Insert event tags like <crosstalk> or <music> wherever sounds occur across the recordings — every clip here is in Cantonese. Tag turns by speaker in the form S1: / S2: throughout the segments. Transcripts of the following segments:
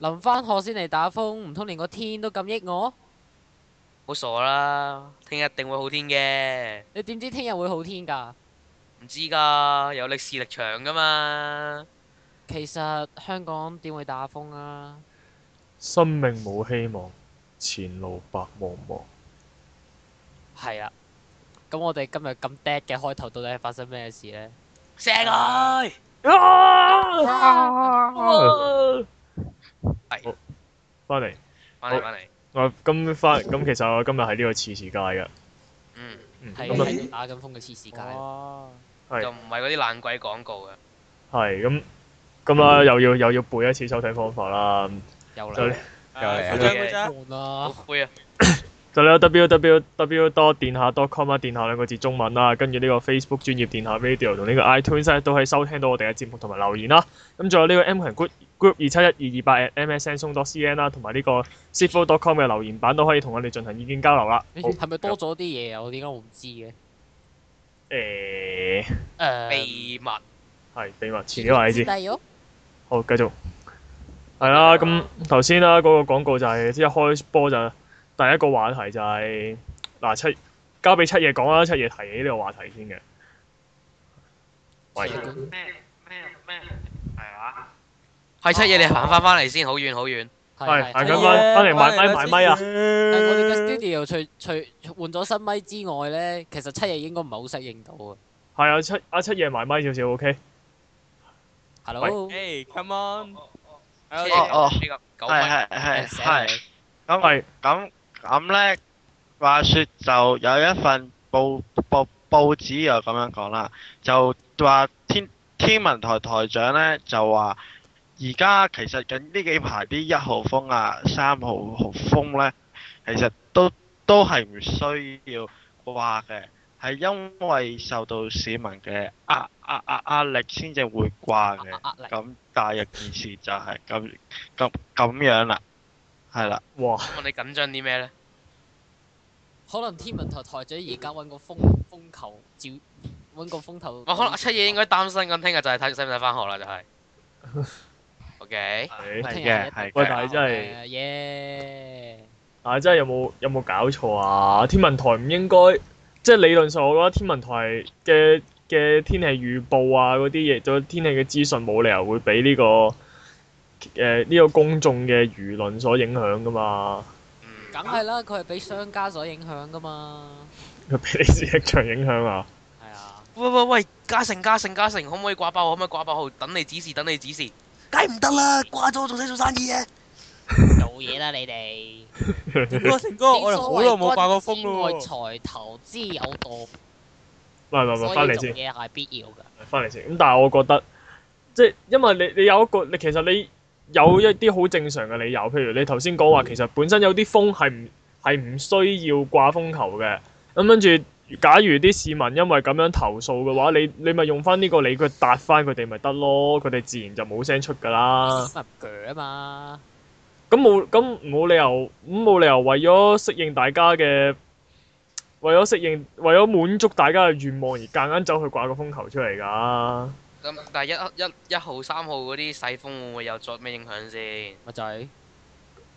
S1: 臨返學先嚟打風，唔通連個天都咁益我？
S2: 好傻啦，聽日一定會好天嘅，
S1: 你點知聽日會好天㗎？
S2: 唔知㗎，有歷史力場㗎嘛。
S1: 其實香港點會打風啊？
S3: 生命冇希望，前路白茫茫。
S1: 係啊，咁我哋今日咁 dead 嘅開頭，到底係發生咩事呢？
S2: 石愛，
S3: 啊
S1: 啊
S2: 係
S3: 翻嚟，
S2: 翻嚟翻嚟，
S3: 我今翻咁其實我今日喺呢個次世界嘅，
S2: 嗯，
S3: 嗯
S1: 係
S3: 咁啊哦
S1: 喺度打緊風嘅黐啊線界，
S3: 係
S2: 就唔係嗰啲爛鬼廣告嘅，
S3: 係咁咁啦，又要又要背一次收睇方法啦，
S1: 又
S3: 就
S1: 嚟
S4: 啊，
S2: 有
S4: 張
S2: 嘢
S4: 嗰
S1: 悶
S4: 張
S2: 好
S3: 哦
S1: 啦！
S2: 灰啊，
S3: 就咧 www dot 電下 dot com 啊，電下兩個字中文啦，跟住呢個 Facebook 專業電下 radio 同呢個 iTunes 都可以收聽到我哋嘅節目同埋留言啦。咁仲有呢個 M 群 group group 二七一二二八 MSN 松 dot CN 啦，同埋呢個 c f o dot com 嘅留言版都可以同我哋進行意見交流啦。好
S1: 係咪多咗啲嘢啊？我點解我唔知嘅？
S3: 誒
S1: 誒，
S2: 秘密
S3: 係秘密，遲啲話哦啊你知。
S1: 低咗
S3: 好，繼續。係啦，咁頭先啦，嗰個廣告就係、即一開波就第一個話題就係、嗱七交俾七爺講啦，七爺提起呢個話題先嘅。喂，
S1: 啊
S5: 咩咩咩係啊？
S2: 係七嘢，你行翻翻嚟先，好遠好遠。
S3: 係行
S1: 係
S3: 緊翻翻嚟買咪買咪啊！
S1: 但係我哋嘅 studio 除除換咗新咪之外咧，其實七日應該唔係好適應到啊。
S3: 係啊，七阿七爺埋咪少少，OK。
S1: Hello，
S4: Hey，come on！ 아,
S2: 七
S5: 哦
S2: 爺
S5: 哦
S2: 呢個九
S5: 係
S2: 米
S5: 係係係咁
S3: 係
S5: 咁咁咧，話說就有一份報報報紙又咁樣講啦，就話天天文台台長咧就話，而家其實近呢幾排啲一號風啊、三號號風咧，其實都都係唔需要掛嘅，係因為受到市民嘅壓壓壓壓力先至會掛嘅。
S1: 壓力
S5: 咁但係件事就係咁咁咁樣啦，係啦，
S3: 哇！
S2: 咁你緊張啲咩咧？
S1: 可能天文台台長而家揾個風風球照揾個風頭。
S2: 我可能七嘢應該擔心緊，聽日就係睇使唔使翻學啦，就
S5: <laughs>
S2: 係。OK，
S3: 係
S5: 係
S1: 聽日
S5: 嘅，
S1: 一定
S5: 係
S3: 喂
S5: 嘅。
S3: 但係真係
S1: 誒耶！
S3: 但係真係有冇有冇搞錯啊？天文台唔應該即係理論上，我覺得天文台嘅嘅天氣預報啊嗰啲嘢，仲有天氣嘅資訊冇理由會俾呢、個誒呢、個公眾嘅輿論所影響噶嘛， <laughs>
S2: 嗯，
S1: 梗係啦，佢係俾商家所影響噶嘛。
S3: 佢俾你自己場影響啊！
S1: 係啊，
S2: 喂喂喂，嘉誠嘉誠嘉誠，可唔可以掛八號？可唔可以掛八號？等你指示，等你指示。梗係唔得啦，掛咗仲使做生意嘅。
S1: 做嘢啦你哋。
S4: 成哥，成哥，我哋好耐冇掛過風咯
S1: 君子
S4: 喎。
S1: 愛財投資有道，
S3: 唔係唔係唔係，翻
S1: 所以
S3: 嚟
S1: 做
S3: 先，
S1: 嘢係必要噶。
S3: 翻嚟先。咁但係我覺得即係因為你你有一個你其實你有一啲好正常嘅理由，譬如你頭先講話其實本身有啲風係唔係唔需要掛風球嘅，咁跟住。假如啲市民因為咁樣投訴嘅話，你你咪用翻呢個理據答翻佢哋咪得咯，佢哋自然就冇聲出㗎啦。
S1: 咁咪鋸啊嘛。
S3: 咁冇咁冇理由，咁冇理由為咗適應大家嘅，為咗適應，為咗滿足大家嘅願望而夾硬走去掛個風球出嚟㗎。
S2: 咁但係一一一號、三號嗰啲細風會唔會有作咩影響先？
S1: 咪就係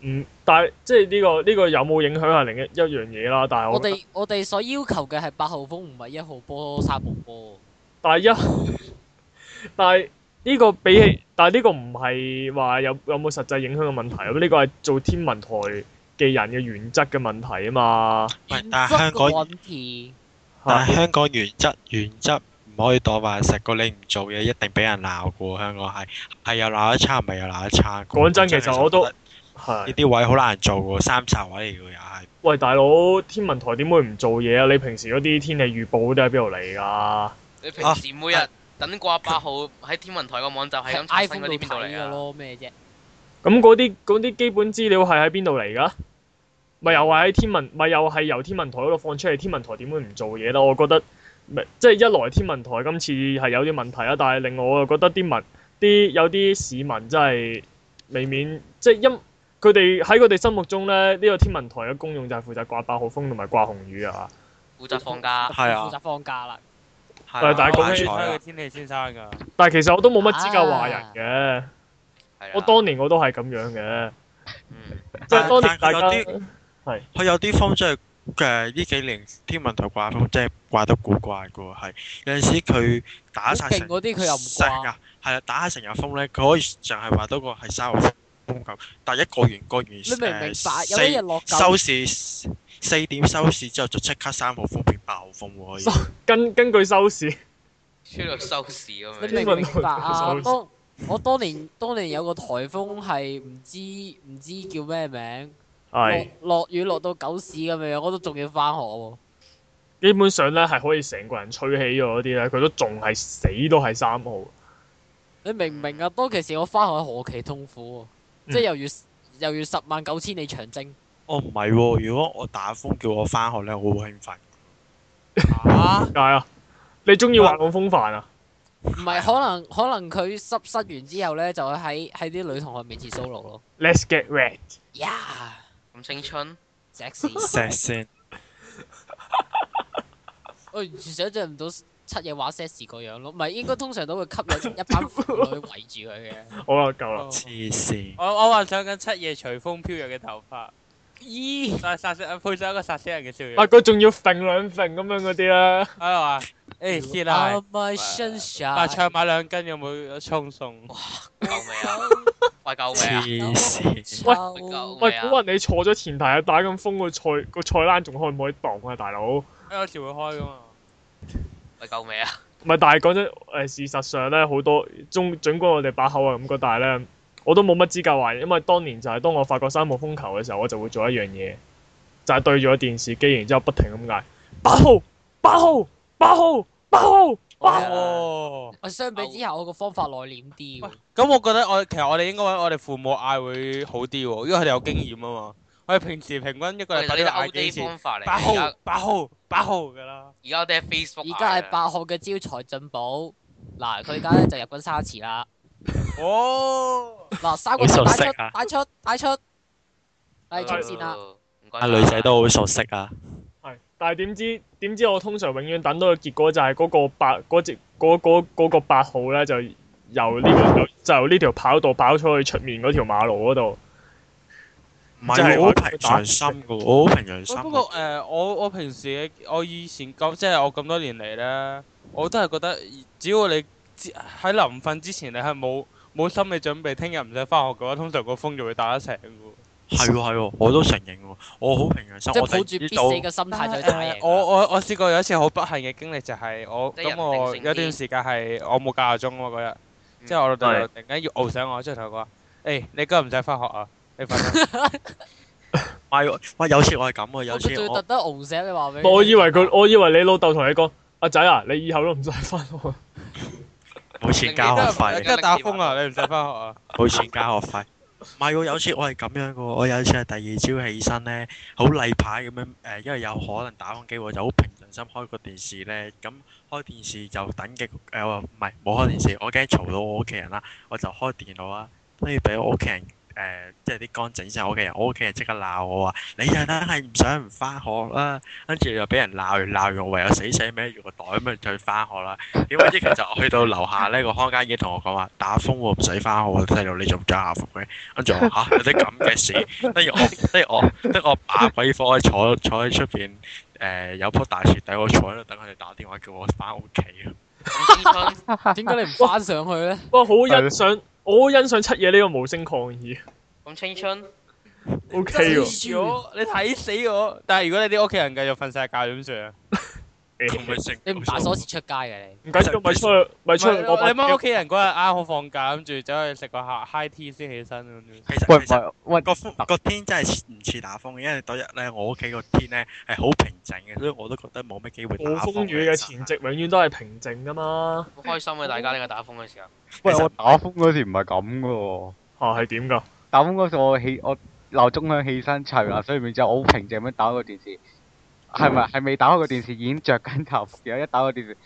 S3: 唔，嗯但係即係呢個呢個有冇影響係另一一樣嘢啦。但係我
S1: 我
S3: 覺得，
S1: 哋我哋所要求嘅係八號風，唔係一號波、三號波。
S3: 但係一， <laughs> 但係呢個比起，但係呢個唔係話有有冇實際影響嘅問題咁，呢個係做天文台嘅人嘅原則嘅問題啊嘛。
S5: 喂但係香港
S1: 問題
S5: 但
S3: 係
S5: 係香港原則原則唔可以當飯食過，你唔做嘢一定俾人鬧嘅喎。香港係係又鬧一餐，咪又鬧一餐嘅喎。
S3: 講真其實我都
S5: 真係覺得呢
S3: 係
S5: 啲位好難做嘅喎，三煞位嚟嘅喎又係。
S3: 喂，大佬，天文台點會唔做嘢啊？你平時嗰啲天氣預報都喺邊度嚟㗎？
S2: 你平時每日等掛八號喺天文台個網站係咁
S1: 喺
S2: 刷新
S1: iPhone
S2: 嗰
S1: 度
S2: 啲
S1: 睇
S2: 邊度嚟
S1: 嘅
S2: 啊？
S1: 咯，咩啫？
S3: 咁嗰啲嗰啲基本資料係喺邊度嚟㗎？咪又係喺天文，咪又係由天文台嗰度放出嚟。天文台點會唔做嘢咧？我覺得咪即係一來天文台今次係有啲問題啦，但係另外我又覺得啲民啲有啲市民真係未免即係因佢哋喺佢哋心目中咧，呢、個天文台嘅功用就係負責掛八號風同埋掛紅雨啊。
S2: 負責放假。
S5: 係啊
S1: 負責放假啦。
S5: 係
S3: 喂
S5: 啊
S3: 但係講
S4: 我
S5: 好
S4: 係
S5: 難
S3: 起
S4: 睇
S5: 彩啊
S4: 佢天氣先生㗎。
S5: 啊
S3: 但係其實我都冇乜資格話人嘅。
S2: 係啦
S3: 我當年我都係咁樣嘅，
S2: 嗯
S3: 即係
S5: 但
S3: 當年大
S5: 但
S3: 家
S5: 佢有啲佢有啲風真係誒呢幾年天文台掛風真係掛得古怪嘅喎，係有陣時佢打晒成
S1: 好勁嗰啲佢又唔掛
S5: 成日係啊，打晒成日風咧，佢可以淨係話到個係三號風咁，但係一過完過完
S1: 你明唔明白？
S5: 誒
S1: 有一日落
S5: 四
S1: 九
S5: 收市四點收市之後就即刻三號風變八號風喎，可以
S3: 收根根據收視，
S2: 出到收市咁
S1: 你
S2: 樣。
S1: 明唔明白
S3: 英
S1: 啊
S3: 文？
S1: 當我當年當年有個颱風係唔知唔知叫咩名，
S3: 係
S1: 落落雨落到狗屎咁樣，我都仲要翻學喎。
S3: 基本上咧係可以成個人吹起咗嗰啲咧，佢都仲係死都係三號。
S1: 你明唔明啊？當其時我翻學何其痛苦喎，
S3: 嗯
S1: 即係猶如猶如十萬九千里長征。
S5: 哦唔係喎，如果我打風叫我翻學咧，我好興奮。
S4: 啊，
S3: 點解啊？你中意滑浪風帆啊？
S1: 唔係，可能可能佢濕濕完之後咧，就喺喺啲女同學面前 solo 咯。
S3: Let's get red。
S1: 呀，
S2: 咁青春，
S1: 石屎，
S5: 石先，
S1: 我完全想象唔到七嘢話 sex 個樣咯。唔係應該通常都會吸引一班婦女圍住佢嘅。
S3: <laughs> 好啦，夠
S2: 哦
S3: 啦。
S5: 黐線。
S4: 我我幻想緊七夜隨風飄揚嘅頭髮，
S1: 咦？
S4: 但係殺死配上一個殺死人嘅笑容。
S3: 啊，佢仲要揈兩揈咁樣嗰啲咧。
S4: 喺度話：誒師奶
S1: Are，my
S4: 白
S1: sunshine。
S4: 菜買兩斤有冇葱送？
S2: 夠未啊？喂，夠未啊？
S5: 黐
S1: 哦
S5: 線，
S1: 喂
S3: 喂，
S2: 係啊
S3: 古云你錯咗前提啊！打緊風個菜個菜欄仲開唔開檔啊，大佬？
S4: 有時會開噶嘛。
S2: 喂，夠未啊？
S3: 唔係，但係講真，誒、事實上咧，好多中儘管我哋把口係咁講，但係咧，我都冇乜資格話，因為當年就係當我發覺三號風球嘅時候，我就會做一樣嘢，就係、對住個電視機，然之後不停咁嗌八號、八號、八號、八號。
S1: 哇
S2: 아.
S4: 哦，
S1: 我相比之下，我個方法內斂啲喎。
S4: 咁我覺得我其實我哋應該揾我哋父母嗌會好啲喎，因為佢哋有經驗啊嘛。我哋平時平均一個
S2: 喂，
S4: 禮
S2: 呢
S4: 拜都
S2: 啲
S4: 要
S2: out
S4: 嗌幾
S2: day
S4: 次？
S2: 方法嚟
S4: 八
S2: 嘅，
S4: 號
S2: 而家、
S4: 八號、八號㗎啦。
S2: 而家都係 Facebook
S1: 而家
S2: 嗌
S1: 係八號嘅招財進寶。嗱，佢而家咧就入緊沙池啦。
S4: 哦，
S1: 嗱，三個
S5: 好
S1: 球
S5: 熟
S1: 打
S5: 悉
S1: 出
S5: 啊，
S1: 打出，打出。係
S2: 嘅
S1: 中線啦。。
S2: 唔該
S5: 啊女仔都好熟悉啊。
S3: 係，但係點知點知我通常永遠等到嘅結果就係嗰個八嗰隻嗰嗰嗰個八號咧，就由呢、個就由呢條跑道跑出去出面嗰條馬路嗰度。
S5: 唔
S3: 即係
S5: 係我好
S3: 打
S5: 平常心嘅喎，我好平常心
S4: 喂
S5: 嘅。
S4: 不過誒、呃我我平時嘅我以前咁即係我咁多年嚟咧，我都係覺得只要你知喺臨瞓之前你係冇冇心理準備，聽日唔使翻學嘅話，通常個風就會打得醒嘅喎。
S5: 係喎係喎，我都承認喎，我好平常心，
S1: 即係
S5: 我
S1: 抱住必
S5: 知
S1: 死
S5: 道
S1: 嘅心態就去打
S4: 誒
S1: 贏。
S4: 呃 <laughs> 我我我試過有一次好不幸嘅經歷就係我
S2: 即係人
S4: 咁
S2: 定
S4: 我
S2: 性
S4: 有段
S2: 啲
S4: 時間係我冇教鬧鐘啊嘛嗰日，
S2: 嗯
S4: 即係我老豆
S5: 係
S4: 就突然間要熬醒我，即係同佢講：誒你今日唔使翻學啊，你
S3: <laughs>
S4: 瞓啦。
S5: 唔係喎喂，有次我係咁嘅，有
S1: 我佢仲
S5: 次
S1: 要
S5: 我
S1: 特登熬醒你話俾
S3: 我以為佢，我以為你老豆同你講，阿仔啊，你以後都唔使翻學。
S5: 冇錢交學
S4: 你
S5: 費，
S4: 今日打風 <laughs> 啊，你唔使翻學啊。
S5: 冇錢交學費。唔係喎，有次我係咁樣嘅喎，我有一次係第二朝起身咧，好例牌咁樣誒，因為有可能打風機會，就好平常心開個電視咧。咁開電視就等極誒，唔係冇開電視，我驚嘈到我屋企人啦，我就開電腦啦，跟住俾我屋企人誒，即係啲乾整晒我屋企人，哦我屋企人即刻鬧我話：你就梗係唔想唔翻學啦。跟住又俾人鬧完，鬧完我唯有死死孭住個袋咁樣就去翻學啦。點解知其實我去到樓下呢個看更已經同我講話打風喎，唔使翻學喎，細路你仲唔着校服嘅？跟住我話嚇有啲咁嘅事，跟住我，跟住我，得我把鬼火坐坐喺出邊誒有棵大樹底，我坐喺度等佢哋打電話叫我翻屋企啊！
S2: 咁青春，
S1: 點解你唔翻上去咧？
S3: 哇，好欣賞，我好欣賞七嘢呢個無聲抗議。
S2: 咁青春，
S3: O K
S4: 睇
S3: 喎，
S4: 死我，你睇死我！但係如果你啲屋企人繼續瞓晒覺點算啊？
S5: 咁嘅性
S1: 你唔打鎖匙出街嘅你。
S3: 唔緊要，咪出去，咪
S4: 唔
S3: 出去
S4: 係
S3: 攞把
S4: 你媽屋
S3: 刀。
S4: 企人嗰日啊啱好放假，跟住走去食個下 high tea 先起身咁樣。
S5: 其實
S4: 喂
S5: 其實
S4: 喂
S5: 個風個天真係唔似打風嘅，因為嗰日咧我屋企個天咧係好平靜嘅，所以我都覺得冇乜機會打
S3: 暴
S5: 風
S3: 風雨嘅前夕永遠都係平靜噶嘛。
S2: 好開心嘅大家呢個打風嘅時候。
S6: 喂，
S5: 其實
S6: 我打風嗰時唔係咁噶喎，
S3: 嚇哦係點㗎？
S6: 打風嗰時我起我鬧鐘響起身，齊啦，所以面之後我好平靜咁樣打開個電視，係咪係未打開個電視已經着緊頭服，然後一打開電視，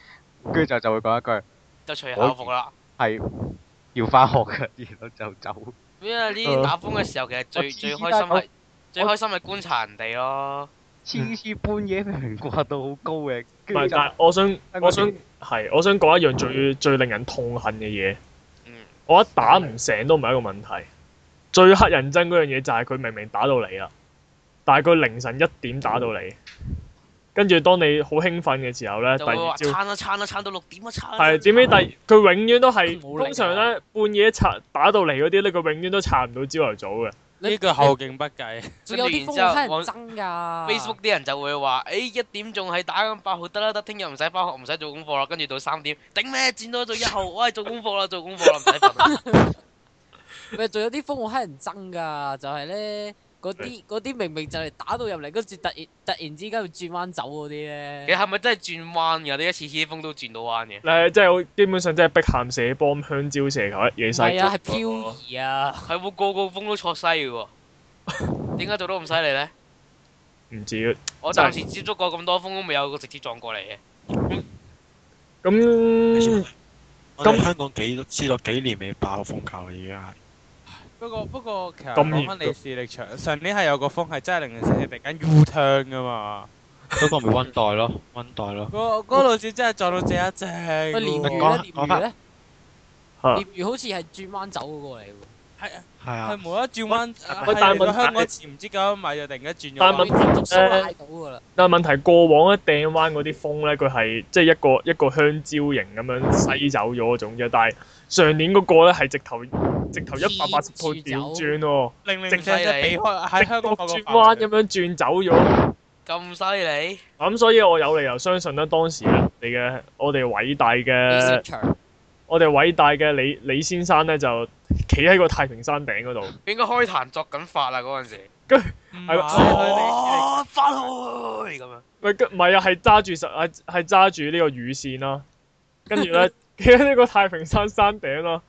S6: 跟住就就會講一句 <laughs>
S2: 就除校服啦。
S6: 係要翻學嘅，然後就走。
S2: 因為呢啲打風嘅時候，其實最
S6: 我
S2: 最
S6: 知
S2: 開心
S6: 但
S2: 係最開心係觀察人哋咯。
S6: 次次半夜明明掛到好高嘅，
S3: 唔
S6: 跟住
S3: 係，
S6: 就
S3: 但係我想，
S6: 跟住
S3: 我想係，我想講一樣最最令人痛恨嘅嘢。
S2: 嗯，
S3: 我一打唔成都唔係一個問題。最黑人憎嗰樣嘢就係佢明明打到你啦，但係佢凌晨一點打到你，跟住當你好興奮嘅時候咧，第
S2: 就會
S3: 二
S2: 話
S3: 朝
S2: 撐啊撐啊撐到六點啊撐啊。撐啊
S3: 係點知第佢永遠都係
S1: 冇力啊
S3: 通常咧半夜拆打到嚟嗰啲咧，佢永遠都拆唔到朝頭早嘅。
S4: 呢個後勁不計。
S1: 仲有啲
S2: 跟住
S1: 封
S2: 然之後
S1: 號黑人
S2: 往
S1: 憎㗎。
S2: Facebook 啲人就會話：，誒一點仲係打緊八號得啦，得聽日唔使翻學，唔使做功課啦。跟住到三點，頂咩？戰多咗一號，喂，做功課啦，做功課啦，唔使瞓啦。
S1: 咪仲有啲封號黑人憎㗎，就係咧嗰啲嗰啲明明就係打到入嚟，跟住突然突然之間要轉彎走嗰啲咧
S2: 你。係咪真係轉彎㗎？你一次次啲風都轉到彎嘅。
S3: 誒，即係我基本上即係碧咸射波咁香蕉射球一嘢
S1: 唔
S3: 西。
S1: 係啊，係漂移啊！
S2: 係會個個風都錯西嘅喎。點解做得咁犀利呢？
S3: 唔知
S2: 我
S3: 真係
S2: 暫時接觸過咁多風都未有個直接撞過嚟嘅。
S3: 咁
S5: 我哋香港幾知道幾年未爆風球啦，已經係。
S4: <laughs> 不過不過，其實
S3: 咁
S4: 講
S3: 嚴
S4: 翻李氏力場，上年係有個風係真係零零舍舍突然間 U turn 噶嘛。
S5: 嗰個咪温代咯，温代咯。
S4: 嗰嗰老鼠真係撞到正一正喎。
S1: 喂，鰻魚
S5: 講
S1: 咧，鰻魚咧，
S3: 嚇
S1: 鰻魚好似係轉彎走過嚟喎，
S4: 係
S5: 係啊
S4: 係。冇得轉彎，啊
S3: 喂但係問
S4: 係嚟
S3: 題
S4: 到香港前唔知九米就突然間轉咗彎。
S3: 但係問
S1: 佢接觸蘇拉到㗎啦。
S3: 但係問題過往咧掟彎嗰啲風咧，佢係即係一個一個香蕉型咁樣西走咗嗰種啫。但係上年嗰個咧係直頭直頭一百八十度調轉喎，
S4: 零零舍舍避開喺
S3: 直
S4: 香
S3: 角
S4: 港個
S3: 轉
S4: 範
S3: 彎
S4: 圍
S3: 咁樣轉走咗。
S2: 咁犀利？
S3: 咁所以我有理由相信咧，當時咧你嘅我哋偉大
S1: 李
S3: 嘅
S1: 雪祥
S3: 我哋偉大嘅李李先生咧就企喺個太平山頂嗰度。
S2: 應該開壇作緊法啦嗰陣時。
S4: 唔
S3: 係
S4: 嗯係
S3: 啊
S4: 佢哋
S2: 哦，翻去咁樣。
S3: 喂，跟唔係啊，係揸住實係係揸住呢個雨線啦，跟住
S2: <laughs>
S3: 咧企喺呢個太平山山頂啦，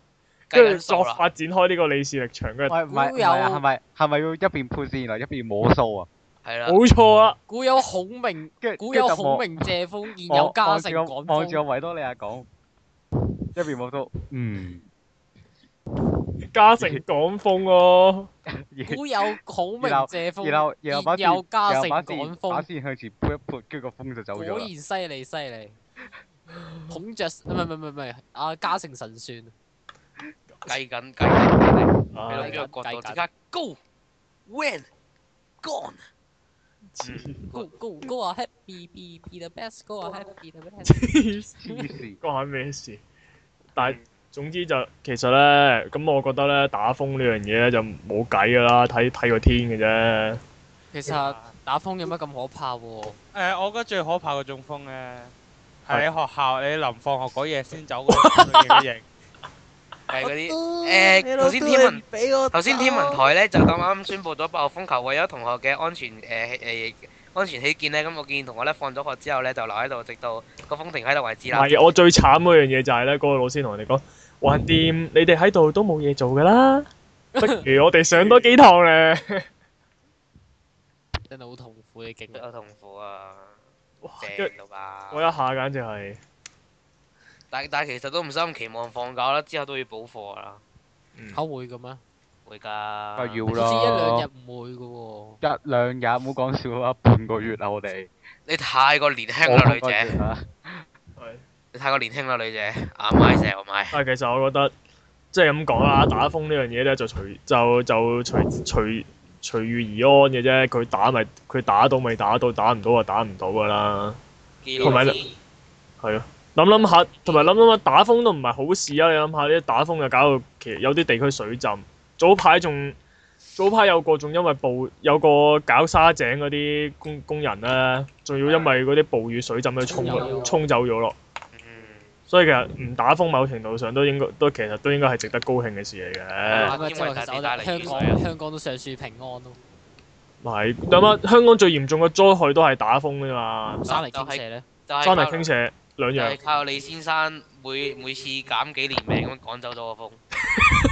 S2: 計
S3: 跟住
S2: 緊數
S3: 作
S2: 啦。
S3: 發展開呢個李氏力場嘅，
S6: 喂，唔係唔係啊係咪係咪要一邊判線，然後一邊摸數啊？
S2: 係啦。
S3: 冇錯啊！
S1: 古有孔明，
S6: 跟住
S1: 古
S6: 跟
S1: 有
S6: 住就
S1: 孔
S6: 望
S1: 明借風，現
S6: 望
S1: 有嘉誠
S6: 望住我
S1: 趕
S6: 望住
S1: 風。
S6: 我維多利亞港，一邊摸數，嗯，
S3: 嘉誠港風
S2: <laughs>
S3: 咯、
S6: 然
S1: 古有孔明借風，
S6: 然後然後把
S1: 現有
S6: 線
S1: 嘉
S6: 然
S1: 誠
S6: 後把
S1: 趕
S6: 線把
S1: 風，
S6: 線向前潑一潑，跟住個風就走
S1: 果
S6: 咗
S1: 然
S6: 啦。
S1: 犀利犀利。孔雀唔係唔係唔係唔係，阿嘉誠神算。
S2: 計緊計緊。
S3: 啊
S2: 你諗住個角度即刻 go when gone。
S1: Go go go ahead, be be be 啊 the best, go ahead, be the best。
S6: <laughs> 黐線，
S3: 關咩事？但係總之就其實咧，咁我覺得咧打風呢樣嘢咧就冇計㗎啦，睇睇個天嘅啫。
S1: 其實打風有乜咁可怕喎？
S4: 誒，我覺得最可怕嘅中風咧，係你學校你臨放學嗰夜先走嗰個類型。
S2: 係嗰啲。誒，頭先天文頭先天文台咧就咁啱宣布咗八號風球，為咗同學嘅安全誒誒、安全起見咧，咁我建議同學咧放咗學之後咧就留喺度，直到個風停喺度為止
S3: 唔
S2: 啦。
S3: 係我最慘嗰樣嘢就係咧，嗰、個老師同我哋講：橫
S2: 嗯
S3: 掂你哋喺度都冇嘢做
S2: <laughs>
S3: 㗎啦，不如我哋上多幾堂咧。
S1: 真係好痛苦嘅經歷。
S2: 好痛苦啊，
S3: 哇！跟
S2: 正
S3: 住
S2: 到啊吧
S3: 我？一下簡直係，
S2: 但但其實都唔使咁期望放假啦，之後都要補課啦，
S3: 嗯
S1: 嚇會嘅咩？
S2: 會
S6: 梗係
S2: 㗎。
S1: 好似一兩
S6: 要
S1: 日
S6: 啦，
S1: 唔會嘅喎。
S6: 一兩日唔好講少啦，半個月啦，啊我哋
S2: 你太過年輕
S6: 我
S2: 啦，女
S6: 半個月啊
S2: 姐，
S6: 啦。
S2: 你太過年輕啦，女姐。阿咪成我咪，
S3: 但係其實我覺得即係咁講啦，打風呢樣嘢咧就隨就就隨隨隨遇而安嘅啫。佢打咪佢打到咪打到，打唔到就打唔到㗎啦。同埋係咯，諗諗下，同埋諗諗下，打風都唔係好事啊！你諗下呢啲打風就搞到其實有啲地區水浸，早排仲早排有個仲因為暴有個搞沙井嗰啲工工人咧，仲要因為嗰啲暴雨水浸去沖咗沖走咗咯。
S2: 嗯，
S3: 所以其實唔打風，某程度上都應該都其實都應該係值得高興嘅事嚟嘅。
S2: 啊
S1: 咁啊，即係話其實我哋
S2: 因為大地帶嚟
S1: 香
S2: 雨水啊
S1: 港香港都尚算平安咯，
S3: 咪諗下啊香港最嚴重嘅災害都係打風㗎嘛，
S1: 山泥傾瀉咧，
S2: 就係
S3: 山泥
S2: 靠
S3: 傾瀉兩
S2: 就
S3: 樣
S2: 係。靠李先生每每次減幾年命咁趕走咗個
S3: <laughs>
S2: 風，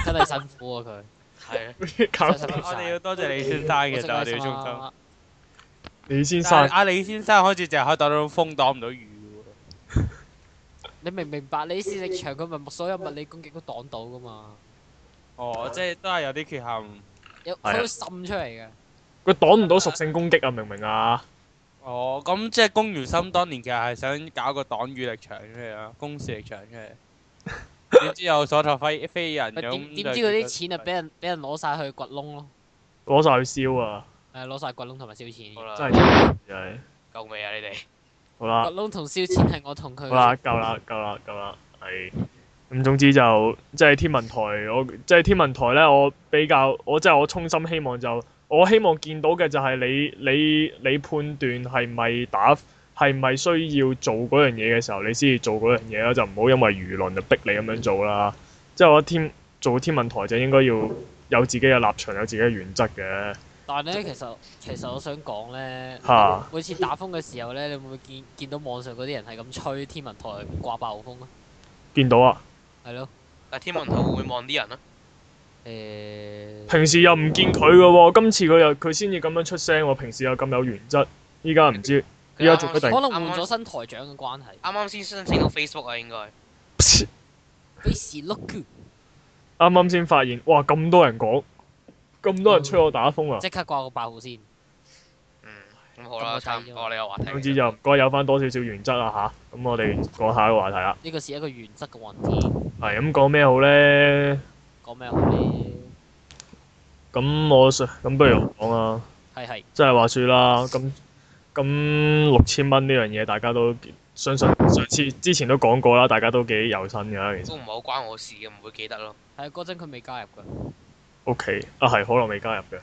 S1: 真係辛苦啊佢。
S2: 係啊。
S3: 搞
S1: 真係辛苦
S4: 我
S1: 晒
S4: 哋要多謝李先生嘅，就我哋要中心。
S1: 心。
S3: 李先
S4: 但
S3: 生
S4: 係，阿李先生開始就係可以擋到風，擋唔到雨喎。
S1: 你明唔明白？李斯力場佢咪所有物理攻擊都擋到噶嘛？
S4: 哦，即係都係有啲缺陷。
S1: 有
S3: 係啊
S1: 佢都滲出嚟嘅。
S3: 佢擋唔到屬性攻擊啊！明唔明啊？
S4: 哦，咁即係
S3: <laughs>
S4: 公如心當年其實係想搞個擋雨力場出嚟啦，公視力場出嚟。點知有所托非非人
S1: 咪
S4: 咁
S1: 點
S4: 就
S1: 點知嗰
S4: 結
S1: 啲
S4: 咗
S1: 錢啊，俾人俾人攞晒去掘窿咯，
S3: 攞晒去燒啊！
S1: 誒攞晒掘窿同埋燒錢，
S2: 好
S1: 掘
S2: 啦，
S3: 真係真係
S2: 夠未啊？你哋
S3: 好啦。
S1: 窿同燒錢係我同佢
S3: 好啦，夠啦，夠啦，夠啦，係。咁總之就即係天文台，我即係天文台咧，我比較我即係我衷心希望就我希望見到嘅就係你你你判斷係咪打係咪需要做嗰樣嘢嘅時候，你先至做嗰樣嘢啦，就唔好因為輿論就逼你咁樣做啦。即係我覺得天做天文台就應該要有自己嘅立場，有自己嘅原則嘅
S1: 但係咧，其實其實我想講咧，
S3: 嚇。
S1: 每次打風嘅時候咧，你會唔會見見到網上嗰啲人係咁吹天文台掛八號風啊？
S3: 見到啊，
S1: 係咯，
S2: 但天文台會唔會望啲人啊？
S1: 誒
S3: 平時又唔見佢嘅喎，今次佢又佢先至咁樣出聲喎，平時又咁有原則，依家唔知。
S2: 佢啱啱
S3: 而家做咗第
S1: 可能換
S2: 啱啱
S1: 咗新台長嘅關係，
S2: 啱啱先申請到 Facebook 啊，應該。
S3: 啱
S1: 俾時 look，
S3: 啱先發現，哇！咁多人講，咁多人吹我打風啊！
S1: 即刻掛個八號先。
S2: 嗯，咁好啦，
S1: 咁
S2: 差
S1: 我
S2: 唔
S1: 低咗
S2: 多呢個話題。
S3: 總之就唔該有翻多少少原則啦吓，咁我哋講下一個話題啦。
S1: 呢個是一個原則嘅問題，
S3: 係咁講咩好咧？
S1: 講咩好啊咧？
S3: 咁我想咁不如我講啦，
S1: 係係，
S3: 即係話説啦，咁咁六千蚊呢樣嘢大家都相信上次之前都講過啦，大家都幾有心㗎其實。
S2: 都唔係好關我事嘅，唔會記得咯。
S1: 係嗰陣佢未加入㗎。
S3: 屋企啊，係可樂未加入嘅，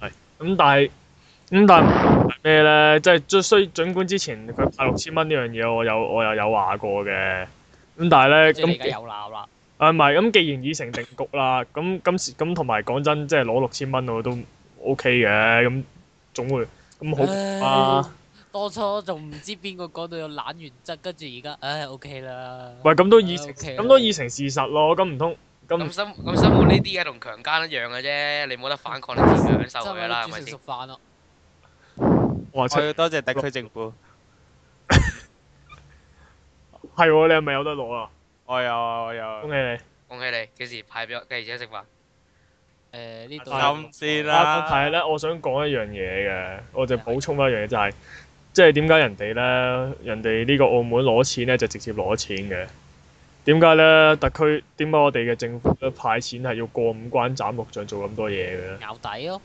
S3: 係咁但係咁但係咩咧？即係最雖儘管之前佢派六千蚊呢樣嘢，我有我又有話過嘅，咁但係咧
S1: 即係你而
S3: 咁
S1: 家有鬧啦，
S3: 啊，唔係咁，既然已成定局啦，咁今時咁同埋講真，即係攞六千蚊我都 O K 嘅，咁總會咁好啊。
S1: 當初仲唔知邊個講到有懶原則，跟住而家，唉，OK 啦。
S3: 喂，咁都已
S1: 啊
S3: 成
S1: ，OK 啦
S3: 咁都已成事實咯，咁唔通
S2: 咁
S3: 咁
S2: 生咁生活呢啲嘢同強姦一樣嘅啫，你冇得反抗，你自己享
S1: 真
S2: 受佢
S1: 係
S2: 啦，係
S1: 煮
S2: 咪
S1: 成
S2: 先
S1: 熟？飯咯。
S3: 話出
S4: 我要多謝特區政府，
S3: 係喎？你係咪有得攞啊？
S4: 我有啊我有啊
S3: 恭喜你！
S2: 恭喜你，幾時派俾我？幾時食飯？
S1: 誒呢度
S3: 啊
S4: 咁先
S3: 啊，但
S4: 啦。
S3: 係咧，我想講一樣嘢嘅，我就補充一樣嘢就係、即係點解人哋咧，人哋呢個澳門攞錢咧就直接攞錢嘅，點解咧特區點解我哋嘅政府咧派錢係要過五關斬六將做咁多嘢嘅咧？
S1: 咬底咯，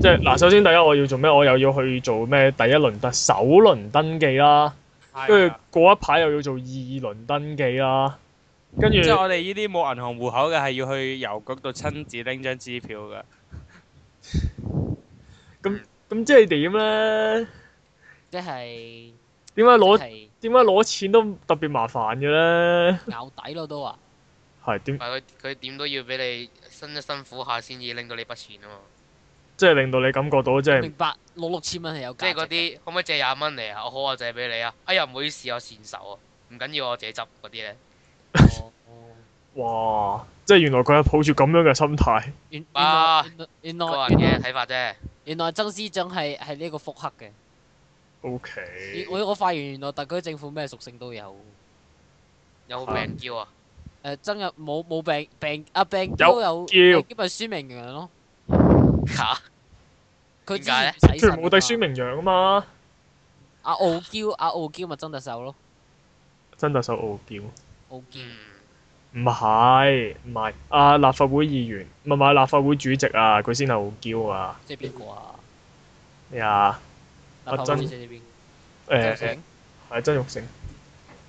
S3: 即係嗱，首先第一我要做咩？我又要去做咩？第一輪特首輪登記啦，
S4: 啊
S3: 跟住過一排又要做二輪登記啦，跟住
S4: 即係我哋呢啲冇銀行户口嘅，係要去郵局度親自拎張支票嘅。
S3: 咁即係點咧？
S1: 即係
S3: 點解攞
S1: 即係
S3: 點解攞錢都特別麻煩嘅咧？
S1: 咬底咯都話。
S3: 係點
S2: 唔？係佢佢點都要俾你辛一辛苦下先至拎到你筆錢啊嘛。
S3: 即係令到你感覺到即係
S1: 明白攞六千蚊係有
S2: 即係
S1: 價值啊
S2: 嗰
S1: 嘅。
S2: 啲可唔可以借廿蚊嚟啊？我好啊，借俾你啊。哎呀，唔好意思，我善手啊，唔緊要，我自己執嗰啲咧。
S1: 哦哦
S3: 哇！即係原來佢係抱住咁樣嘅心態，
S1: 原原
S2: 哇
S1: 來原
S2: 個
S1: 來 <laughs>
S2: 人
S1: 原來
S2: 嘅睇法啫。
S1: 原來曾司長係係呢個腹黑嘅。
S3: O
S1: 咦
S2: 嗯
S3: K，
S1: 我我發現原來特區政府咩屬性都有。
S2: 有冇病嬌啊？
S1: 誒真係冇冇病病啊病
S3: 有
S1: 都有，
S3: 叫
S1: 病咪孫明陽咯。
S2: 嚇！
S1: 佢之
S2: 點解
S1: 前
S2: 呢
S1: 洗
S3: 全
S1: 腎
S3: 部
S1: 啊
S3: 敵孫明陽啊嘛，
S1: 阿傲嬌阿傲嬌咪曾特首咯，
S3: 真特首傲嬌，
S1: 傲嬌。
S2: 嗯，
S3: 唔係唔係啊！立法會議員唔係唔係立法會主席啊，佢先係傲嬌啊！
S1: 即係邊個啊？
S3: 咩啊？
S1: 立法
S3: 曾
S1: 會即係邊個？
S3: 誒
S1: 曾玉成？
S3: 係曾玉成，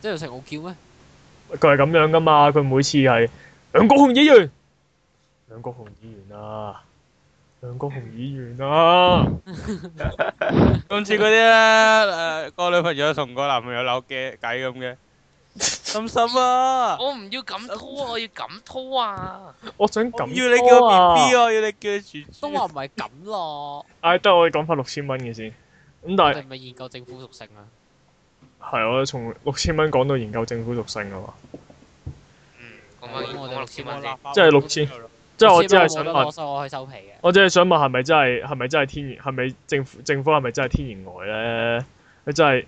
S1: 曾玉成傲嬌咩？
S3: 佢係咁樣噶嘛，佢每次係梁國雄議員，梁國雄議員啊，梁國雄議員啊，
S4: 今次嗰啲咧，誒個女朋友同個男朋友扭嘅偈咁嘅，心心啊！
S2: 我唔要咁拖啊，我要咁拖啊！
S3: 我想
S4: 我
S3: 咁
S4: 唔要你叫
S3: 多啊
S4: 我 B B，我要你叫佢
S1: 都
S4: 豬
S1: 話
S4: 豬。
S1: 唔係咁咯，
S3: 唉，得我哋講翻六千蚊嘅先。咁但
S1: 我
S3: 係
S1: 哋咪研究政府屬性啊。
S3: 係我從六千蚊講到研究政府屬性啊嘛，
S2: 嗯，講翻講
S1: 我
S2: 翻
S1: 哋
S2: 六千蚊先。
S3: 即係六千即係我只係想
S1: 冇得攞
S3: 問，
S1: 所以我去收皮嘅。
S3: 我只係想問係咪真係係咪真係天然係咪政府政府係咪真係天然呆咧？佢真係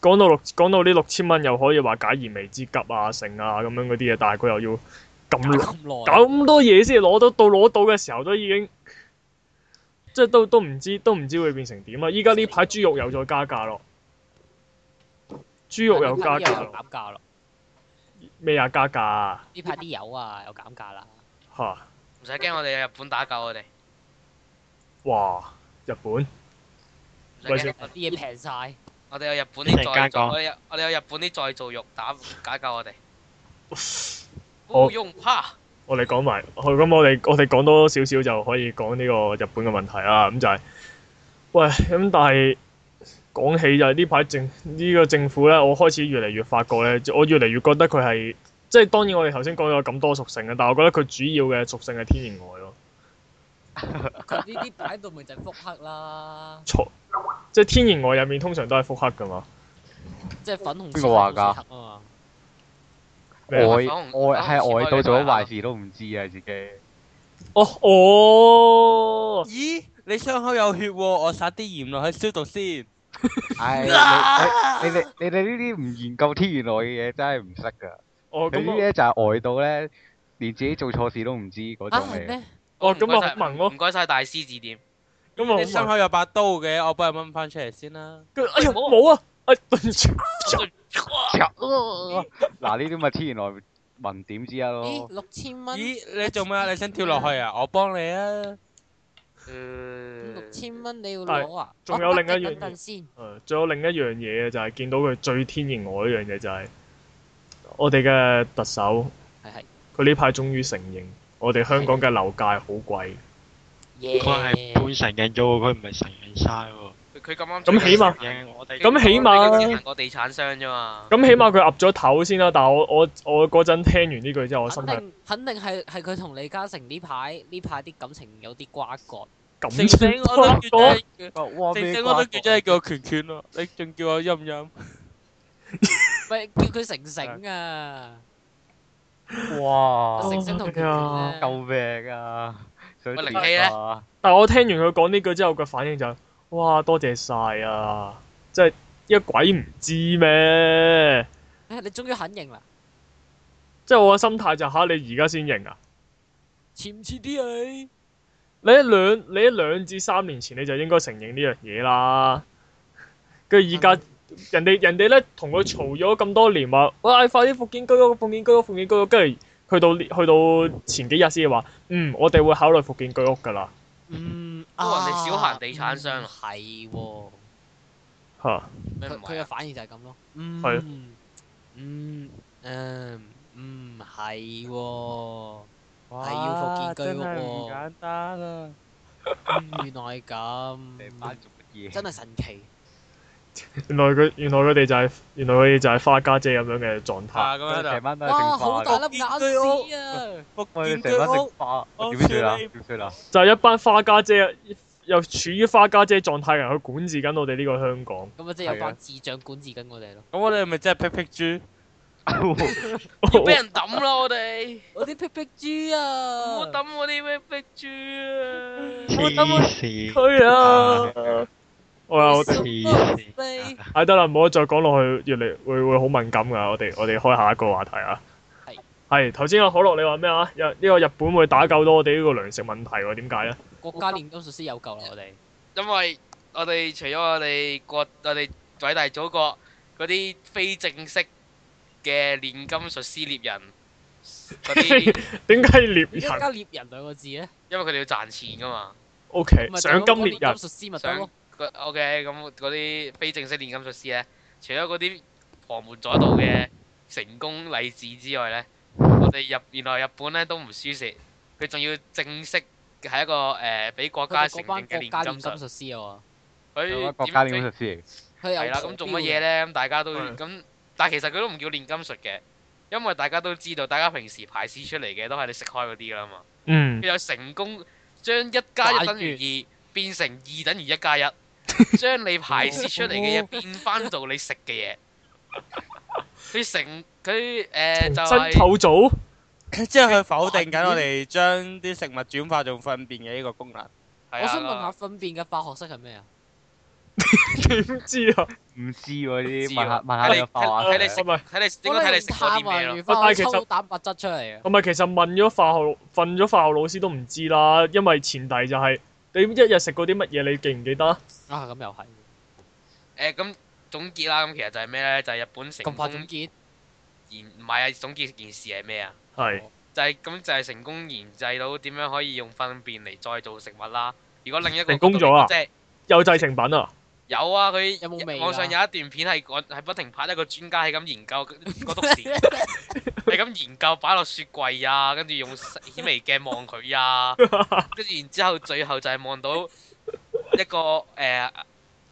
S3: 講到六講到呢六千蚊又可以話解燃眉之急啊、成啊咁樣嗰啲嘢，但係佢又要咁耐
S1: 搞咁耐，
S3: 搞咁多嘢先攞到，到攞到嘅時候都已經即係都都唔知都唔知會變成點啊！依家呢排豬肉又再加價咯，豬肉又加價
S1: 又
S3: 咯。
S1: 減價咯。
S3: 咩啊加價啊
S1: 呢排啲油啊又減價啦，
S3: 嚇？
S2: 唔使驚，我哋有日本打救我哋。
S3: 哇！日本
S2: 唔使
S3: 喂
S2: 驚
S3: 先
S1: 啲嘢平
S3: <laughs>
S1: 晒，
S2: 我哋有日本
S5: 一
S2: 啲
S5: 陣
S2: 再
S5: 間
S2: 造，
S5: 講
S2: 我哋有我哋有日本啲再造肉打解救我哋。
S3: 好
S2: 不用怕，
S3: 我哋講埋，好咁我哋我哋講多少少就可以講呢個日本嘅問題啦。咁就係、喂咁，但係講起就係呢排政呢、個政府咧，我開始越嚟越發覺咧，我越嚟越覺得佢係即係當然我哋頭先講咗咁多屬性嘅，但係我覺得佢主要嘅屬性係天然呆咯，
S1: 佢呢啲擺到明就係腹黑啦，
S3: 錯即係天然呆入面通常都係腹黑噶嘛。
S1: 即係粉紅色
S6: 邊個話
S1: 同
S6: 㗎
S1: 黑啊嘛，
S6: 呆
S3: 咩啊
S6: 呆
S2: 粉紅
S6: 係
S2: 粉紅
S6: 呆
S2: 色
S6: 到做咗
S2: 嗰個
S6: 壞事都唔知啊自己。
S3: 哦哦，
S4: 咦，你傷口有血喎，我撒啲鹽落去消毒先。
S6: 唉，你你你你哋呢啲唔研究天然呆嘅嘢真係唔識㗎。
S3: 哦
S6: 佢
S3: 咁
S6: 呢
S3: 我
S6: 啲就係呆到咧，連自己做錯事都唔知嗰
S1: 啊
S6: 種嚟
S1: 係
S6: 嘅。
S1: 咩？
S3: 哦咁
S2: 唔該
S3: 啊
S2: 晒
S3: 好萌咯
S2: 唔，該晒大師指點。
S3: 咁
S4: 你
S3: 啊
S4: 傷
S3: 好萌。
S4: 口有把刀嘅，我幫你掹翻出嚟先啦。
S3: 跟住哎呀冇啊，哎對唔住。哦
S6: 嗱呢啲咪天然呆文點之一
S1: 咦
S6: 咯。
S1: 六千蚊，
S4: 咦，你做咩啊？你想跳落去啊？我幫你啊！
S2: 嗯
S1: 六千蚊你要攞啊？
S3: 但係仲
S1: 我
S3: 有
S1: 等
S3: 另一樣
S1: 等
S3: 嘢
S1: 等先，
S3: 誒，呃仲有另一樣嘢嘅就係見到佢最天然我一樣嘢就係、我哋嘅特首，
S1: 係係
S3: 佢呢排終於承認我哋香港嘅樓價係好貴，
S5: 佢係
S1: 耶！
S5: 半承認啫喎，佢唔係承認晒喎。
S2: 佢佢咁啱。
S3: 咁起碼
S5: 承認我哋
S2: <laughs>
S3: 咁起
S2: 佢嗰
S3: 碼
S2: 時行過地產商啫嘛。
S3: 咁起碼佢岌咗頭先啦。但係我我我嗰陣聽完呢句之後，我心
S1: 肯
S3: 係
S1: 定肯定係係佢同李嘉誠呢排呢排啲感情有啲瓜葛，
S3: 感
S4: 成
S3: 情
S4: 成我都叫咗你
S6: 哇
S4: 成成我都叫咗你叫我拳拳咯，你仲叫我陰陰？
S1: 喂叫佢成成啊！
S6: 哇
S1: 成成同
S3: 哎呀
S1: 佢
S6: 救命啊！想
S2: 喂
S6: 點
S2: 靈氣呢
S6: 啊
S3: 但係我聽完佢講呢句之後嘅反應就係哇多謝晒啊！即係一鬼唔知咩？
S1: 你終於肯認啦，
S3: 即係我嘅心態就係吓、你而家先認啊！
S1: 似唔似啲啊你？
S3: 你一兩你一兩至三年前你就應該承認呢樣嘢啦。跟住而家人哋人哋咧同佢嘈咗咁多年話，喂，快啲復建居屋、復建居屋、復建居屋，跟住去到呢去到前幾日先話，嗯，我哋會考慮復建居屋㗎啦。
S1: 嗯，
S2: 都話你小
S1: 啊
S2: 行地產商
S1: 嗯
S2: 啊
S1: 係喎，
S3: 嚇，
S2: 咩
S1: 佢
S2: 唔
S1: 佢
S2: 係
S1: 嘅
S2: 啊？
S1: 反應就係咁咯。嗯，
S3: 係
S1: 嗯嗯嗯係喎，
S4: 係
S1: 要復建居
S4: 真
S1: 屋
S4: 係
S1: 喎
S4: 唔簡單啊！
S1: 嗯原來係
S6: 你班
S1: 咁，
S6: 做乜嘢？
S1: 真係神奇。
S3: 原來佢原來佢哋就係、原來佢哋就係花家姐咁樣嘅狀態。
S4: 啊咁樣
S6: 成
S4: 就
S6: 班都係
S1: 哇，
S6: 剩
S1: 好
S6: 花
S1: 大
S6: 㗎，
S1: 粒眼屎啊！
S6: 我
S4: 復
S6: 哋
S4: 建
S6: 成
S4: 居
S6: 班
S4: 屋
S6: 剩。花，
S4: 我
S6: 點算啊？
S4: 笑你
S6: 點算啊？
S3: 就係一班花家姐又處於花家姐狀態嘅人去管治緊我哋呢個香港。
S1: 咁啊，即係有
S6: 係啊
S1: 班智障管治緊我哋咯。
S4: 咁我哋咪真係劈 <laughs> 劈豬，
S2: 要啊俾人抌 <laughs> 啦！我哋
S1: 我啲屁屁豬
S2: 唔好
S1: 啊！
S2: 抌我啲咩逼豬啊！
S5: 黐線，
S3: 佢啊！ <laughs> 我有我哋
S5: 黐線。
S1: 飛
S3: 唉，得啦，唔好再講落去，越嚟會會好敏感噶。我哋我哋開下一個話題啊。
S1: 嗯係
S3: 係頭先阿可樂你話咩啊？日呢個日本會打救到我哋呢個糧食問題喎？
S1: <laughs>
S3: 點解咧？啊
S1: 國家煉金術師有救啦，我哋。
S2: 因為我哋除咗我哋國，我哋偉大祖國嗰啲非正式嘅煉金術師獵人嗰
S3: <laughs>
S2: 啲，
S3: 點解獵
S1: 而家
S3: 人 <laughs>
S1: 加獵人兩個字咧，
S2: 因為佢哋要賺錢噶嘛。
S3: ？O K，
S1: 咪就係
S3: 賞金
S1: 咁
S3: 獵
S1: 講
S3: 人
S1: 金術師咪得
S2: 想
S1: 咯。
S2: O K，咁嗰啲非正式煉金術師咧，除咗嗰啲旁門左道嘅成功例子之外咧，我哋日原來日本咧都唔輸蝕，佢仲要正式係一個誒俾、國
S1: 佢
S2: 家
S1: 哋
S2: 承
S1: 嗰班
S2: 認嘅
S1: 國
S2: 煉
S1: 家
S2: 金
S1: 煉金
S2: 術。
S1: 術師啊
S2: 佢
S6: 有
S2: 點
S6: 個國家
S2: 佢
S6: 點術師嚟？
S1: 喎，佢有
S2: 係啦，咁做乜嘢
S1: 咧？
S2: 咧？咁大家都
S3: 嗯
S2: 咁，但係其實佢都唔叫煉金術嘅，因為大家都知道，大家平時排泄出嚟嘅都係你食開嗰啲㗎啦嘛。
S3: 嗯
S2: 佢有成功將一加一等於二變成二等於一
S3: <laughs>
S2: 加一，將你排泄出嚟
S3: 哦
S2: 嘅嘢變翻做你食嘅
S3: <laughs>
S2: 嘢。佢成佢誒就
S3: 重
S2: 係
S3: 新構造。
S4: 即係佢否定緊我哋將啲食物轉化做糞便嘅呢個功能。
S2: 係
S1: 我想問
S2: 啊
S1: 下，糞便嘅化學式係咩啊？
S3: <laughs> 點知啊？
S6: 唔知喎呢
S2: 唔知
S6: 啲，
S2: 喎
S6: 問下問下你個花
S2: 睇
S6: 話
S2: 你
S3: 唔係
S2: 睇你應該睇你食咗啲咩
S1: 我哋用碳
S2: 咯
S1: 環。化
S3: 但係
S1: 學
S3: 其實
S1: 抽蛋白質出嚟啊！
S3: 唔係，其實問咗化學瞓咗化學老師都唔知啦，因為前提就係、你一日食過啲乜嘢，你記唔記得啊？
S1: 啊，咁又係
S2: 誒咁總結啦，咁其實就係咩咧？就係日本成
S1: 咁快
S2: 功
S1: 總結，
S2: 二研唔係啊，總結件事係咩啊？
S1: 哦
S3: 係
S2: 就係咁就係成功研製到點樣可以用糞便嚟再造食物啦。如果另一個
S3: 成功咗啊
S2: 即係
S3: 有製成品啊，
S2: 有啊，佢
S1: 有冇味㗎
S2: 網上有一段片係講係不停拍一個專家係咁研究 <laughs> 嗰篤屎，係咁研究擺落雪櫃啊，跟住用顯微鏡望佢啊，跟住然之後最後就係望到一個誒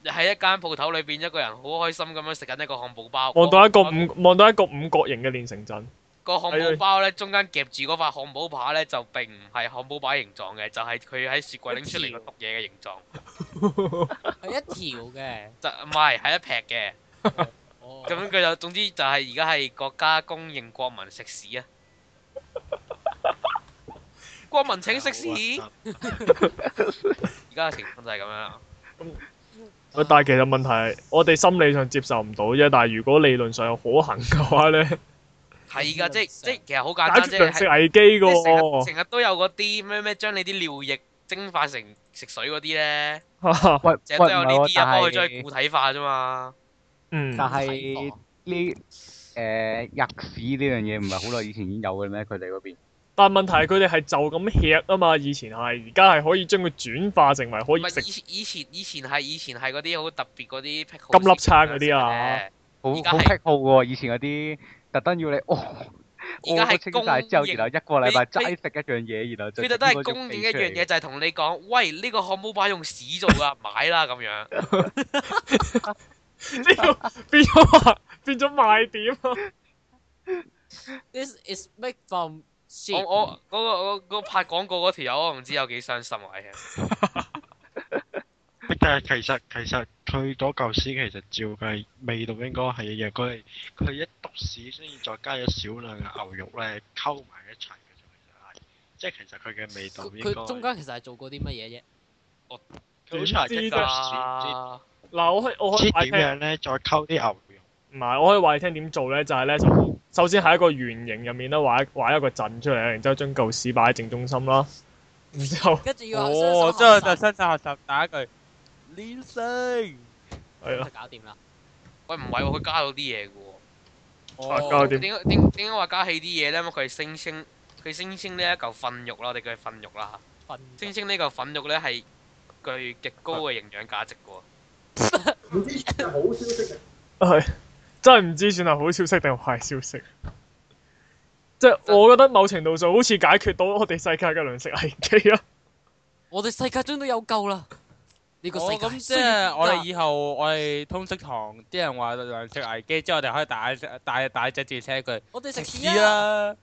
S2: 喺、一間鋪頭裏邊一個人好開心咁樣食緊一個漢堡包，
S3: 望到一個
S2: 嗰
S3: 五望到一個五角形嘅煉成陣，
S2: 個漢堡包咧，中間夾住嗰塊漢堡扒咧，就並唔係漢堡包形狀嘅，就係佢喺雪櫃拎出嚟
S1: 一條
S2: 篤嘢嘅形狀，
S1: 係一條嘅。
S2: 就唔係係一劈嘅。
S1: 哦，
S2: 咁佢就總之就係而家係國家公認國民食屎
S3: <laughs>
S2: 啊！國民請食屎！
S3: 哎
S2: 而家嘅情況就係咁樣啦。
S3: 但係其實問題係我哋心理上接受唔到啫，但係如果理論上有可行嘅話咧，解
S2: 係㗎，即係即係其實好簡單
S3: 決
S2: 啫，
S3: 糧
S2: 係
S3: 食啊危機
S2: 即
S3: 嘅
S2: 係成日
S3: 喎，
S2: 成日都有嗰啲咩咩將你啲尿液蒸化成食水嗰啲咧，
S3: <laughs>
S6: 喂
S2: 成日
S6: 喂
S2: 都
S6: 唔
S2: 有呢
S6: 係
S2: 啲啊，幫佢
S6: 喎，
S2: 將佢
S6: 但係
S2: 固體化啫嘛。
S3: 嗯，
S6: 但
S1: 體
S6: 係
S1: 化
S6: 呢誒吔屎呢樣嘢唔係好耐以前已經有嘅咩？佢哋嗰邊
S3: 但係問題係佢哋係就咁吃啊嘛，以前係而家係可以將佢轉化成為可
S2: 唔
S3: 以
S2: 係
S3: 食，
S2: 以前以前以前係以前係嗰啲好特別嗰啲 pickle
S3: 金粒餐嗰啲啊
S6: 好
S2: 而家
S6: 好
S2: 係
S6: 癖好嘅喎，以前嗰啲特登要你哦。
S2: 而家係
S6: 屙清晒之後，
S2: 公認
S6: 然後一個禮拜
S2: 佢
S6: 齋食一樣嘢，然後就
S2: 佢哋都係供應一樣嘢，就係同你講，喂，呢個漢堡包用屎做㗎，買啦咁樣。
S3: 呢個
S2: 啊
S3: 變咗 <laughs> 變咗賣點啊！
S1: This is made from shit。
S2: 我我嗰個嗰個拍廣告嗰條友，我唔知有幾傷心啊！
S5: 但係啊其實其實佢嗰嚿屎其實照計味道應該係一樣，佢係佢一篤屎先至再加咗少量嘅牛肉咧溝埋一齊嘅啫，其實係，即係其實佢嘅味道
S1: 佢
S5: 應該
S1: 佢中間其實係做過啲乜嘢啫？
S5: 佢好似係
S3: 點
S5: 一
S3: 知
S5: 嚿 <laughs> 屎，唔
S2: 啊，
S3: 嗱，我可以我可
S5: 知
S3: 以
S5: 唔
S3: 話
S5: 知
S3: 你聽
S5: 點樣咧再溝啲牛肉。
S3: 唔係，我可以話你聽點做咧，就係、咧，首首先喺一個圓形入面咧，畫一畫一個陣出嚟，然之後將嚿屎擺喺正中心啦，然之後
S1: 跟住要
S4: 哦，即
S1: 雙
S4: 係
S1: 手合
S4: 就
S1: 十
S4: 新手學習打一句，連勝。
S3: 係啦
S1: 就，搞掂啦。
S2: 喂唔係喎，佢加咗啲嘢㗎喎。
S3: 啊
S1: 哦
S3: 搞
S2: 點
S3: 掂
S2: 解點點解話加起啲嘢咧？因為佢係聲稱佢聲稱呢一嚿糞肉啦，我哋叫佢糞肉啦。
S1: 瞓
S2: 聲稱呢嚿糞肉咧係具極高嘅營養價值㗎喎。
S3: 係真係唔知算係好消息定壞消息。即係我覺得某程度上好似解決到我哋世界嘅糧食危 <laughs> 機啊！
S1: 我哋世界中都有救啦！呢個
S4: 我
S1: 世界
S4: 哦咁即係我哋以後我哋通識堂啲人話糧食危機之後，我哋可以大大大隻字寫一句
S1: 我哋食
S4: 食
S1: 屎啊
S4: 屎啊
S1: 啦！
S4: 啦。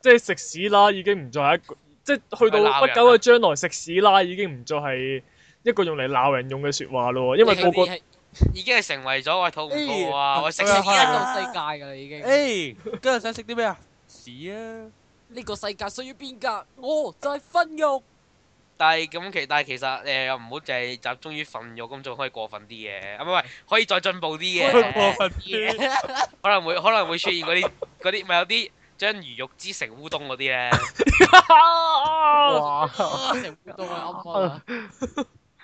S3: 即係食屎啦，已經唔再係一個即係啊去到不久嘅將來，食屎啦已經唔再係一個用嚟鬧人用嘅説話咯喎，因為個個
S1: 係
S2: 已經係成為咗我肚唔
S4: 哎
S2: 餓啊！我食
S1: 食
S2: 屎
S1: 屎
S4: 哎呀
S2: 啊！
S1: 啦！呢個世界㗎啦已經。
S4: 誒，今哎日想食啲咩啊？屎啊！
S1: 呢個世界需要變革，我就係分肉。
S2: 但係咁其但係其實誒又唔好淨係集中於憤怒咁，仲可以過分啲嘅，啊唔係唔係可以再進步啲
S1: 可以
S4: 過
S2: 嘅，
S4: 分
S1: <laughs>
S4: 啲。
S2: 可能會可能會出現嗰啲嗰啲咪有啲將魚肉之成烏冬嗰啲咧，
S3: 啊
S6: 哇！
S1: 成烏冬啊！啱啊！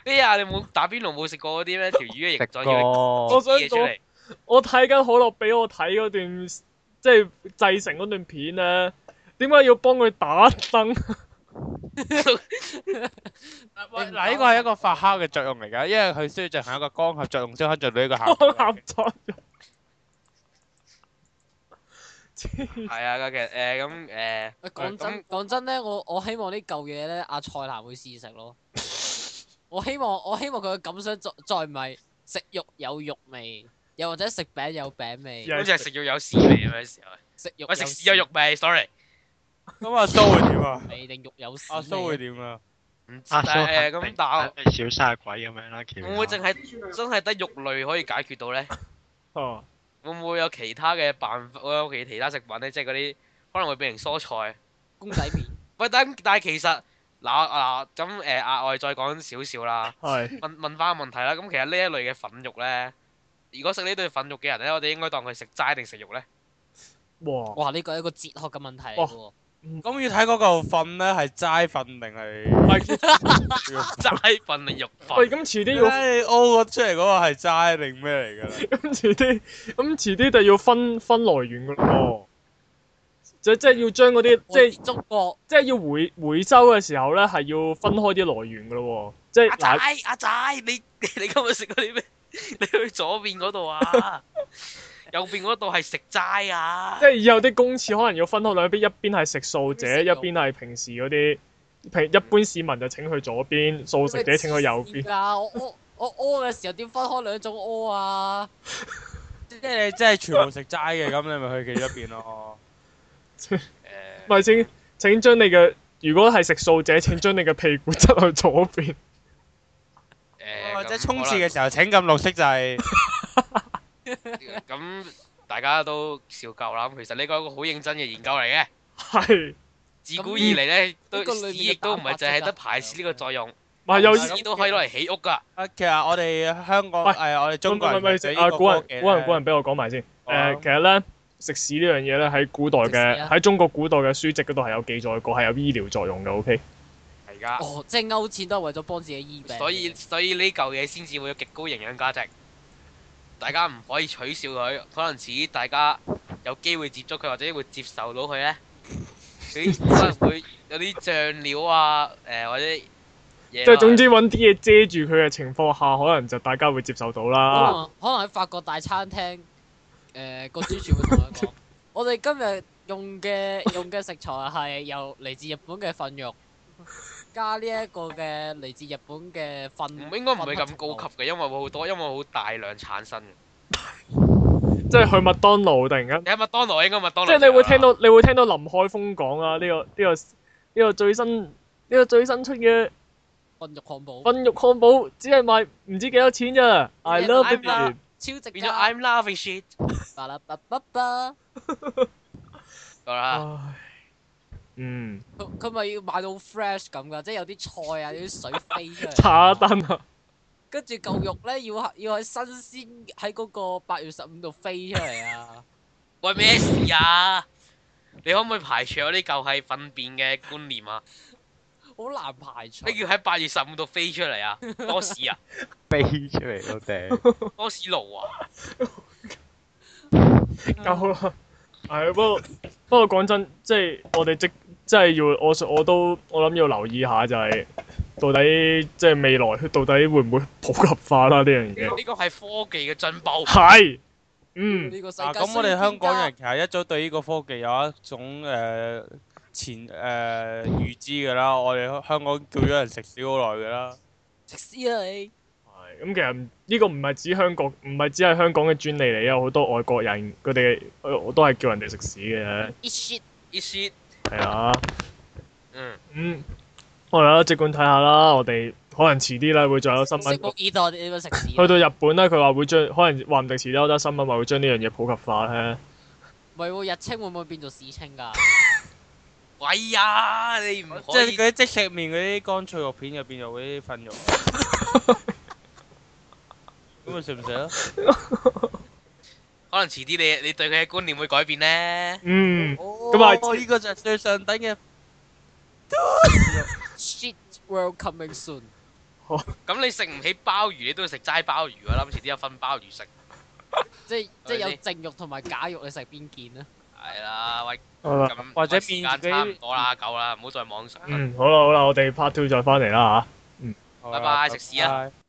S2: 咩啊你冇打邊爐冇食過嗰啲咩條魚嘅
S6: 食
S2: 形狀要
S3: 我
S6: 過，
S3: 想
S2: 嘢出嚟，
S3: 我睇緊可樂俾我睇嗰段，即係製成嗰段片咧，點解要幫佢打燈？
S4: 喂， <laughs> 嗱呢個係一個發酵嘅作用嚟㗎，因為佢需要進行一個光合作用先可以做到呢個效
S3: 光
S4: 果。
S3: 合作用。
S2: 係啊其實誒咁呃誒
S1: 喂講真
S2: 咁
S1: 講真咧，我我希望呢嚿嘢咧，阿蔡南會試食 <laughs> 咯。我希望我希望佢嘅感想再再唔係食肉有肉味，又或者食餅有餅味，
S3: Yeah.
S2: 好似係食肉有屎味咁嘅時候，
S1: 食肉
S2: 喂食屎有肉味，sorry，
S4: 咁阿蘇會點啊？
S1: 味定肉有屎
S4: 阿蘇會
S1: 味。
S4: 點啊？
S2: 唔知
S5: 阿
S2: 但
S5: 叔
S2: 係誒呃咁但係
S5: 小沙鬼咁樣啦，其
S2: 我
S5: 實
S2: 會唔會淨係真係得肉類可以解決到咧？
S3: 哦，
S2: 會唔會有其他嘅辦法？會有其其他食品咧，即係嗰啲可能會變成蔬菜。
S1: 公仔麵
S2: 喂，但但係其實嗱嗱咁誒額外再講少少啦，
S3: 係
S2: 問問翻個問題啦。咁其實呢一類嘅粉肉咧，如果食呢對粉肉嘅人咧，我哋應該當佢食齋定食肉咧？
S3: 哇！
S1: 哇！呢個係一個哲學嘅問題嚟嘅喎。
S4: 咁要睇嗰嚿瞓咧係齋瞓定
S3: 唔
S4: 係
S3: 係
S4: 要
S2: 齋瞓定肉瞓？
S3: 喂，咁遲啲要
S4: 唉屙咗出嚟嗰個係齋定咩嚟㗎啦？
S3: <laughs> 咁遲啲，咁遲啲就要分分來源噶咯喎。即即係要將嗰啲，即係
S1: 係中國
S3: 即係要回回收嘅時候咧，係要分開啲來源噶咯喎。即係
S4: 啊
S2: 阿仔
S3: 嗱，
S2: 阿仔，你 <laughs> 你今日食咗啲咩？你去左邊嗰度啊，右邊嗰度係食齋啊
S3: 即。係以後啲公廁可能要分開兩邊，一邊係食素者，
S1: 食
S3: 一
S1: 肉
S3: 邊係平時嗰啲平一般市民就請去左邊，素食者請去右邊。
S1: 啊！我屙我屙嘅時候點分開兩種屙啊？
S4: 即係你真係全部食齋嘅，咁你咪去其中一邊咯。
S1: <laughs>
S2: 誒
S3: 咪請請將你嘅，如果係食素者，請將你嘅屁股側去左邊。
S2: 誒
S4: 或者
S2: 咁
S4: 沖
S2: 可
S4: 刺
S2: 能
S4: 嘅時候請撳綠色掣。
S2: 咁大家都笑夠啦。咁其實呢個係一個好認真嘅研究嚟嘅，
S3: 係，
S2: 自古以嚟咧都
S1: 呢個裏面
S2: 屎
S1: 嘅
S2: 亦都唔係淨係得排泄呢個作用，
S3: 咪有
S4: 係咁
S2: 屎都可以攞嚟起屋㗎。
S4: 啊，其實我哋香港
S3: 喂
S4: 誒，我哋中國
S3: 咪
S4: 人
S3: 咪
S4: 就
S3: 咪
S4: 呢
S3: 啊！
S4: 個
S3: 古人
S4: 科技呢
S3: 古人古人，俾我講埋先。
S4: 好
S3: 誒，
S4: 啊
S3: 呃其實咧食屎呢樣嘢咧，喺古代
S1: 食屎
S3: 嘅
S1: 啊
S3: 喺中國古代嘅書籍嗰度係有記載過，係有醫療作用嘅。O
S1: 嗯
S3: K。
S2: 而家，
S3: 啊
S1: 哦，即係勾錢都係為咗幫自己醫病。
S2: 所以所以呢嚿嘢先至會有極高營養價值。大家唔可以取笑佢，可能只大家有機會接觸佢或者會接受到佢 <laughs> 咧，佢可能會有啲醬料啊，誒、或者嘢啊。
S3: 即係總之揾啲嘢遮住佢嘅情況下，可能就大家會接受到
S1: 可
S3: 啦。
S1: 能可能喺法國大餐廳，誒個主廚會同佢
S3: <laughs>
S1: 講：我哋今日用嘅用嘅食材係由嚟自日本嘅糞肉，加呢一個嘅嚟自日本嘅糞。
S2: 唔應該唔會
S1: 糞
S2: 咁
S1: 黑
S2: 高級嘅，因為會好多，因為好大量產生嘅。
S3: 即係去麥當勞突
S1: <laughs>
S3: 然間，
S2: 你喺麥當勞應該麥當勞。
S3: 即係你會聽到你會聽到林海峰講啊！呢個呢個呢個最新呢個最新出嘅
S1: 糞肉漢堡，
S3: 混肉漢堡，只係賣唔知幾多錢咋？I love it！
S2: I'm-
S1: 超值
S2: 變咗
S1: 㗎！
S2: I'm laughing shit。
S1: 巴拉巴巴巴，
S2: 好啦，
S3: 唉嗯，
S1: 佢佢咪要買到好 fresh 咁㗎，即係有啲菜啊，有啲水飛
S3: <laughs>
S1: 出嚟。
S3: 查單啊！
S1: 跟住嚿肉咧，要喺要喺新鮮喺嗰個八月十五度飛出嚟啊！
S2: 喂咩事啊？你可唔可以排除我呢嚿係糞便嘅觀念啊？
S1: 好難排除。
S4: 哎
S2: 咩叫喺八月十五度飛出嚟啊？多士啊？
S6: 飛出嚟都頂。
S2: 多士爐啊？
S3: <laughs> 夠啦。係，不過不過講真，即係我哋即即係要我想我都我諗要留意下就係、到底即係未來到底會唔會普及化啦呢樣嘢？
S2: 呢個係科技嘅進
S3: <laughs>
S2: 步。
S3: 係，嗯，
S1: 呢個世界
S4: 啊咁我
S1: 需
S4: 哋
S1: 要
S4: 香港人
S1: 專
S4: 其實一早對呢個科技有一種誒前誒預知㗎啦，我哋香港叫咗人食屎好耐㗎啦。
S1: 家食屎啊你！
S3: 係咁其實呢個唔係指香港，唔係只係香港嘅專利嚟啊！有好多外國人佢哋呃我都係叫人哋食屎嘅，
S1: i shit！
S2: 意思，
S3: 係啊，
S2: 嗯，
S3: 嗯，我哋啦，即管睇下啦，我哋可能遲啲啦會再有新聞
S1: 拭。目以待，你點樣食屎啊？
S3: 去到日本咧，佢話會將可能話唔定遲啲有得新聞話會將呢樣嘢普及化咧。
S1: 唔係喎，日清會唔會變做市清㗎？
S2: 喂呀，你唔
S4: 哦即
S2: 可
S4: 係
S2: 以
S4: 嗰啲即食麵嗰啲乾脆肉片入邊有嗰啲糞 <laughs> 肉。咁咪食唔食啊？
S2: 可能遲啲你你對佢嘅觀念會改變呢。
S3: 嗯，
S4: 咁
S3: 啊
S4: 哦呢個就係最上等嘅
S1: Shit world coming soon！
S2: 咁你食唔起鮑魚，你都要食齋鮑魚㗎啦。咁遲啲有分鮑魚食，
S1: 即係即係有
S2: 係咪先
S1: 正肉同埋假肉，你食邊件啊？
S2: 係啦。喂，
S3: 好啦，
S2: 咁
S4: 或者
S2: 喂時
S4: 變
S2: 間
S4: 自己
S2: 差唔多啦，夠啦，唔好再妄想啦。
S3: 嗯，好啦，好啦，我哋 part two 再翻嚟啦吓。
S4: 好啦
S2: 拜拜食屎啊！
S4: 拜拜